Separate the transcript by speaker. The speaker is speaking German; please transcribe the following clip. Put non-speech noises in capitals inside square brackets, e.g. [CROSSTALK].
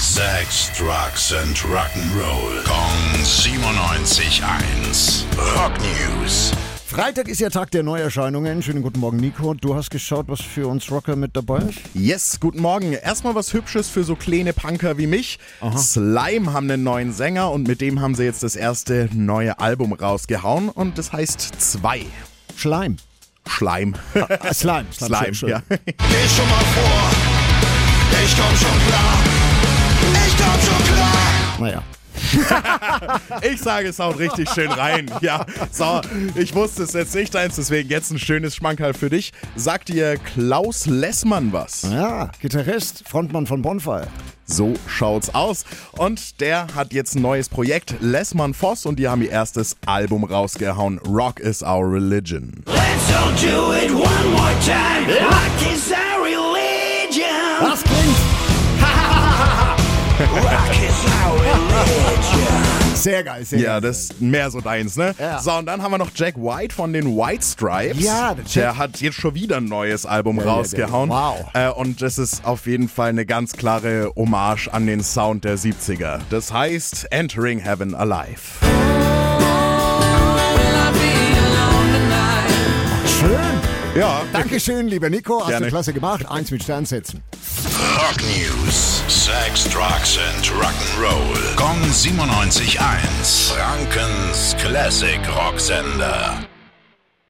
Speaker 1: Sex, Drugs and Rock'n'Roll. Kong 97.1. Rock News.
Speaker 2: Freitag ist ja Tag der Neuerscheinungen. Schönen guten Morgen, Nico. Du hast geschaut, was für uns Rocker mit dabei ist?
Speaker 3: Yes, guten Morgen. Erstmal was Hübsches für so kleine Punker wie mich. Slime haben einen neuen Sänger und mit dem haben sie jetzt das erste neue Album rausgehauen und das heißt zwei.
Speaker 2: Schleim.
Speaker 3: Schleim.
Speaker 2: Ah,
Speaker 3: [LAUGHS]
Speaker 2: Slime.
Speaker 3: Slime,
Speaker 2: Entschuldigung.
Speaker 3: ja.
Speaker 1: Geh schon mal vor. Ich komm schon klar. Ich komm schon klar.
Speaker 2: Naja.
Speaker 3: Ich sage, es haut richtig schön rein. Ja, so, ich wusste es jetzt nicht eins, deswegen jetzt ein schönes Schmankerl für dich. Sagt dir Klaus Lessmann was?
Speaker 2: Ja, Gitarrist, Frontmann von Bonfire.
Speaker 3: So schaut's aus. Und der hat jetzt ein neues Projekt, Lessmann Voss, und die haben ihr erstes Album rausgehauen. Rock is our religion.
Speaker 4: Let's all do it one more time. Rock is our religion.
Speaker 2: Das klingt
Speaker 4: Rock is our religion.
Speaker 2: sehr geil. Sehr
Speaker 3: Ja,
Speaker 2: geil.
Speaker 3: das ist mehr so deins, ne?
Speaker 2: Ja.
Speaker 3: So, und dann haben wir noch Jack White von den White Stripes.
Speaker 2: Ja, der
Speaker 3: der,
Speaker 2: Jack-
Speaker 3: hat jetzt schon wieder ein neues Album
Speaker 2: ja,
Speaker 3: rausgehauen.
Speaker 2: der- wow.
Speaker 3: Äh, und das ist auf jeden Fall eine ganz klare Hommage an den Sound der 70er. Das heißt Entering Heaven Alive.
Speaker 2: Schön.
Speaker 3: Ja,
Speaker 2: Dankeschön, lieber Nico. Hast
Speaker 3: Gerne.
Speaker 2: du klasse gemacht. Eins mit Stern setzen.
Speaker 1: Rock News. Sex, Drugs and Rock'n'Roll. Gong 97.1. Frankens Classic Rocksender.